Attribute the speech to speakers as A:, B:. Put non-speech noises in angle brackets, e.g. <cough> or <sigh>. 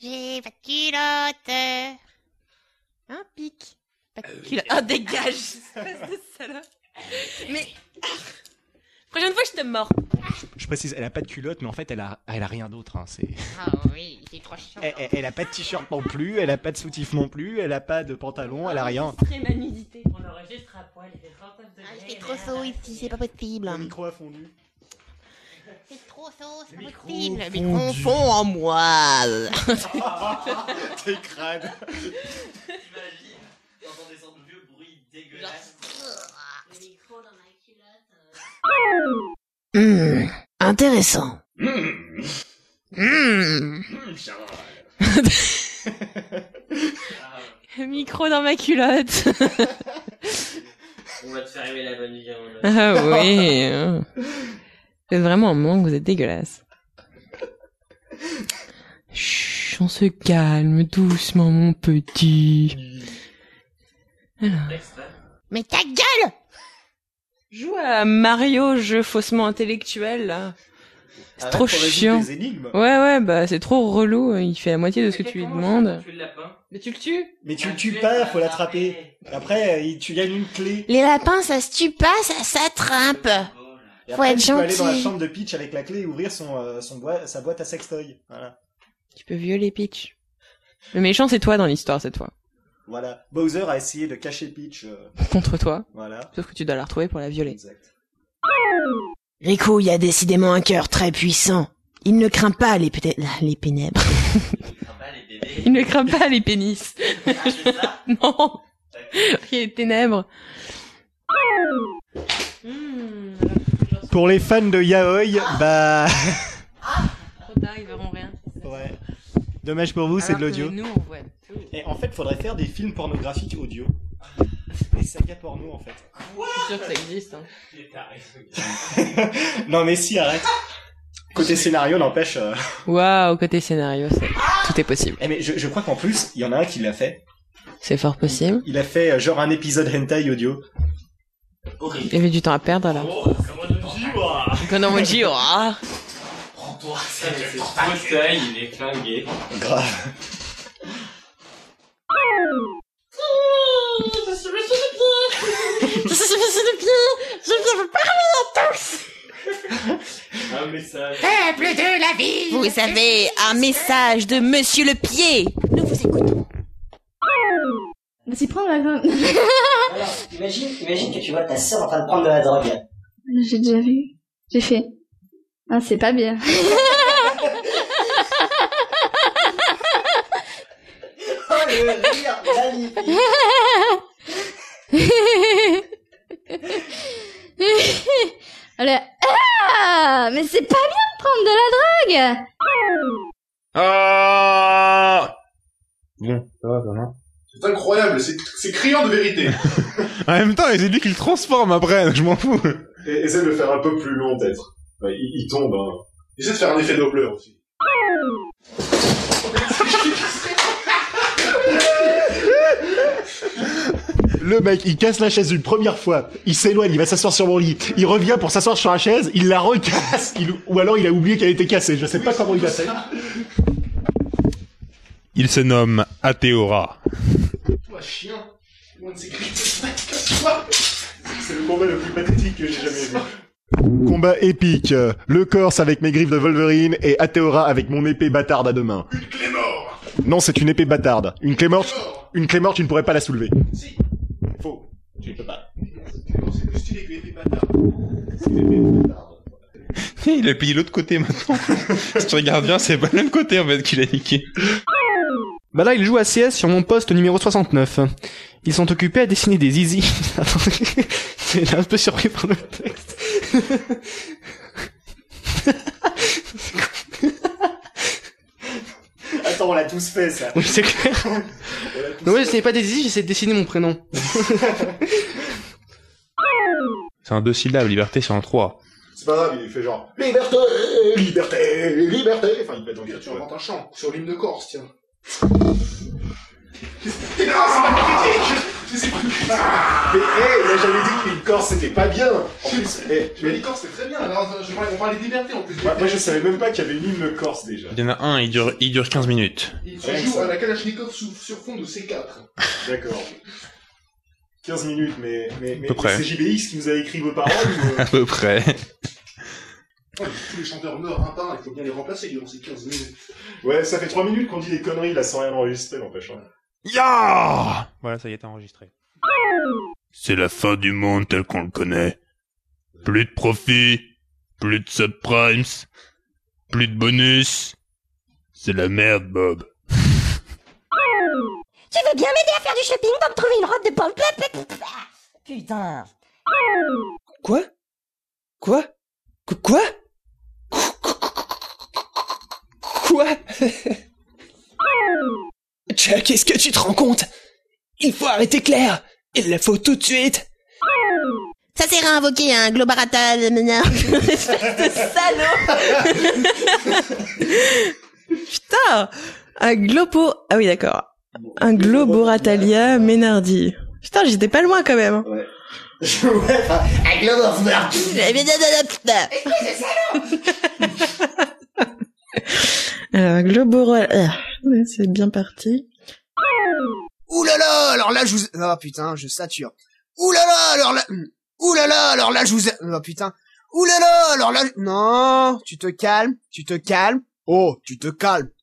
A: J'ai pas de culotte.
B: Un pic. Pas de
C: Euh, oui.
B: culotte. Oh, dégage, espèce de salope. Mais. Prochaine fois, je te mords.
C: Je précise, elle a pas de culotte, mais en fait, elle a, elle a rien d'autre. hein, c'est-
A: Ah oui, c'est trop chiant.
C: Elle, elle- elle a pas de t-shirt non plus, elle a pas de soutif non plus, elle a pas de pantalon, elle a rien.
B: Très ma nudité.
D: On enregistre à poil, il fait 39 degrés.
A: Ah, il fait trop chaud ici, c'est pas possible.
C: micro a fondu.
A: C'est trop chaud, c'est
C: Le
A: pas
C: micro
A: possible.
C: fondu.
A: Mais confond en moi.
C: T'es crade.
E: T'imagines T'entends des sortes de vieux bruits dégueulasses.
D: Le micro dans ma culotte.
A: Hmm, intéressant. Hmm.
E: Ah,
B: Le micro dans ma culotte.
E: <laughs> on va te faire aimer la bonne vie. hein,
B: <laughs>
E: là.
B: <laughs> Ah oui. hein. Vous êtes vraiment un moment que vous êtes dégueulasse. Chut, on se calme doucement, mon petit.
E: Extrait.
A: Mais ta gueule
B: Joue à Mario, jeu faussement intellectuel, là. C'est trop chiant.
C: Des énigmes.
B: Ouais, ouais, bah c'est trop relou. Il fait à moitié de ce que
E: Mais
B: tu lui
E: comment ça,
B: demandes.
E: Tu le lapin.
B: Mais tu le tues
C: Mais tu le
E: Ah,
C: tues
E: es
C: pas,
E: un
C: faut l'attraper. Après, euh, il- tu gagnes une clé.
A: Les lapins, ça se tue pas, ça s'attrape.
E: Bon, Oh là.
C: Et
A: Faut
C: après,
A: être
C: tu peux aller dans la
A: gentil.
C: chambre de Peach avec la clé et ouvrir son, euh, son boi- sa boîte à sextoy. Voilà.
B: Tu peux violer Peach. Le méchant, c'est toi dans l'histoire cette fois.
C: Voilà. Bowser a essayé de cacher Peach. euh,
B: Contre toi.
C: voilà.
B: Sauf que tu dois la retrouver pour la violer.
C: Exact.
A: Rico y a décidément un cœur très puissant. Il ne craint pas les, pété- les pénèbres.
E: Il craint pas les bébés.
B: Il ne craint pas les pénis. <laughs>
E: Ah, c'est ça
B: Non
E: D'accord.
B: Il y a les ténèbres. Hmm,
C: Pour les fans de Yaoi, bah.
B: Trop tard, ils verront rien.
C: Ouais. Dommage pour vous,
B: Alors que Nous, on voit tout.
C: Et en fait, faudrait faire des films pornographiques audio. Des sagas porno, en fait.
B: Je suis sûr que ça existe. Hein.
E: Il est arrivé.
C: Non, mais si, arrête. Côté scénario, n'empêche. euh,
B: Waouh, côté scénario, c'est... tout est possible.
C: Eh, mais je, je crois qu'en plus, il y en a un qui l'a fait.
B: C'est fort possible.
C: Il a fait euh, genre un épisode hentai audio.
E: Horrible.
B: Il y avait du temps à perdre alors.
E: <laughs> Oh, comment de jiwa
B: Konomoji, <laughs> ah
E: Prends-toi, c'est le fauteuil, il est flingué.
C: Grave.
A: Je suis de pied, je viens vous
E: Un message.
A: Peuple de la vie Vous avez un message de Monsieur le Pied Nous vous écoutons.
F: Mais c'est prendre la gomme.
G: Alors, imagine, imagine que tu vois ta sœur en train de prendre de la drogue.
F: J'ai déjà vu. J'ai fait. Ah, c'est pas bien. <laughs>
G: Oh le rire magnifique
F: Allez. Ah, mais c'est pas bien de prendre de la drogue.
H: Ah
I: C'est incroyable, c'est c'est criant de vérité.
H: En même temps, c'est lui qui le transforme après, donc je m'en fous.
I: Et, essaie de le faire un peu plus long, peut-être. Bah, il, il tombe, hein. Essaie de faire un effet Doppler aussi.
C: Le mec, il casse la chaise une première fois, il s'éloigne, il va s'asseoir sur mon lit, il revient pour s'asseoir sur la chaise, il la recasse, il- ou alors il a oublié qu'elle était cassée, je sais pas comment il a fait.
H: Il se nomme Athéora.
I: Toi, chien. Loin de ces cris de toi. C'est le combat le plus pathétique que j'ai jamais vu.
C: Combat épique, le Corse avec mes griffes de Wolverine et Athéora avec mon épée bâtarde à deux mains.
I: Une clé mort
C: Non, c'est une épée bâtarde. Une clé morte,
I: Mort
C: une clé morte, tu ne pourrais pas la soulever.
I: Si
C: Faux. Tu ne peux pas.
I: C'est mort, c'est plus stylé que l'épée bâtard.
H: Il a payé l'autre côté maintenant. si tu regardes bien, c'est pas le même côté en fait qu'il a niqué.
J: Bah là, il joue à CS sur mon poste numéro 69. Ils sont occupés à dessiner des zizi. <laughs> Attendez, c'est un peu surpris par le texte.
C: Attends, on l'a tous fait, ça.
J: Oui, c'est clair. Non, ouais, ce n'est pas des zizi, j'essaie de dessiner mon prénom.
H: C'est un deux syllabes, liberté c'est en trois.
I: C'est pas grave, il fait genre Liberté Liberté Liberté Enfin, il pète en quatre. Tu inventes un chant sur l'hymne de Corse, tiens. Qu'est-ce que- Non, c'est pas pathétique Mais c'est pas
K: Mais hé, moi j'avais dit que l'Écorce c'était pas bien. En plus, hé,
I: Tu
K: mais-
I: vois, les Corses, c'est très bien. Alors, je parlais- on parlait de liberté en plus.
K: moi, moi, je savais même pas qu'il y avait une hymne corse déjà.
H: Il y en a un, il dure, il dure 15 minutes.
I: Il se
K: Ouais,
I: joue
K: ça.
I: à la Kalachnikov sous, sur fond de C4.
K: D'accord. 15 minutes, mais, mais, mais
H: peu près.
K: c'est JBX qui nous a écrit vos paroles ou, euh, <laughs>
H: À peu près.
I: Ouais, Tous les chanteurs meurent un par un, il faut bien les remplacer durant ces 15 minutes.
K: Ouais, ça fait 3 minutes qu'on dit des conneries là sans rien enregistrer, n'empêche. hein.
H: <laughs> Ya Voilà, ça y est, enregistré.
L: C'est la fin du monde tel qu'on le connaît. Plus de profit, plus de subprimes, plus de bonus. C'est la merde, Bob.
M: Tu veux bien m'aider à faire du shopping pour me trouver une robe de Paul Putain.
N: Quoi Quoi Qu- Quoi Quoi
O: Chuck, est-ce que tu te rends compte Il faut arrêter Claire Il le faut tout de suite
M: Ça sert à invoquer un globarata de ménage. Espèce de salaud.
P: Putain Un glopo... Ah oui, d'accord. Un globoratalia Ménardi. Putain, j'étais pas loin quand même.
M: Un globarata.
P: Alors, globoratalia... Ah, C'est bien parti.
C: Ouh là là, alors là je vous... Oh putain, je sature. Ouh là là, alors là... hmm. Ouh là là, alors là je vous... Oh putain. Ouh là là, alors là... Non, tu te calmes, tu te calmes. Oh, tu te calmes.